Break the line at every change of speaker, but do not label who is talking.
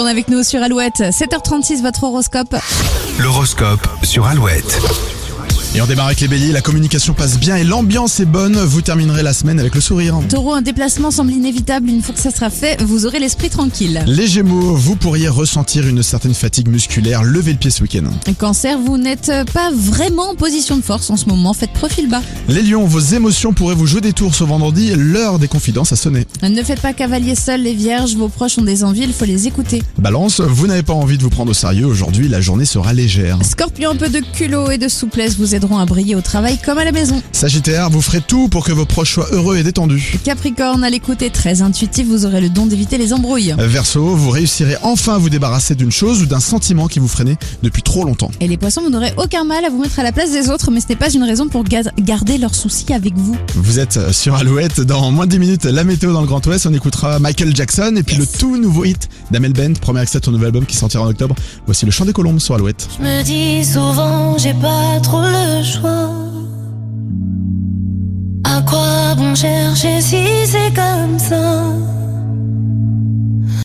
retourne avec nous sur Alouette. 7h36, votre horoscope.
L'horoscope sur Alouette.
Et on démarre avec les béliers, la communication passe bien et l'ambiance est bonne, vous terminerez la semaine avec le sourire.
Taureau, un déplacement semble inévitable. Une fois que ça sera fait, vous aurez l'esprit tranquille.
Les gémeaux, vous pourriez ressentir une certaine fatigue musculaire, levez le pied ce week-end.
Cancer, vous n'êtes pas vraiment en position de force en ce moment. Faites profil bas.
Les lions, vos émotions pourraient vous jouer des tours ce vendredi, l'heure des confidences a sonné.
Ne faites pas cavalier seul. Les vierges, vos proches ont des envies. Il faut les écouter.
Balance, vous n'avez pas envie de vous prendre au sérieux, aujourd'hui la journée sera légère.
Scorpion, un peu de culot et de souplesse vous aideront à briller au travail comme à la maison.
Sagittaire, vous ferez tout pour que vos proches soient heureux et détendus.
Capricorne, à l'écoute et très intuitif, vous aurez le don d'éviter les embrouilles.
Verseau, vous réussirez enfin à vous débarrasser d'une chose ou d'un sentiment qui vous freinait depuis trop longtemps.
Et les poissons, vous n'aurez aucun mal à vous mettre à la place des autres, mais ce n'est pas une raison pour ga- garder leurs soucis avec vous.
Vous êtes euh, sur Alouette, dans moins de 10 minutes, la météo dans le Grand Ouest, on écoutera Michael Jackson et puis le tout nouveau hit d'Amel Bent, premier extrait de son nouvel album qui sortira en octobre. Voici le chant des colombes sur Alouette.
Je me dis souvent, j'ai pas trop le choix. À quoi bon chercher si c'est comme ça?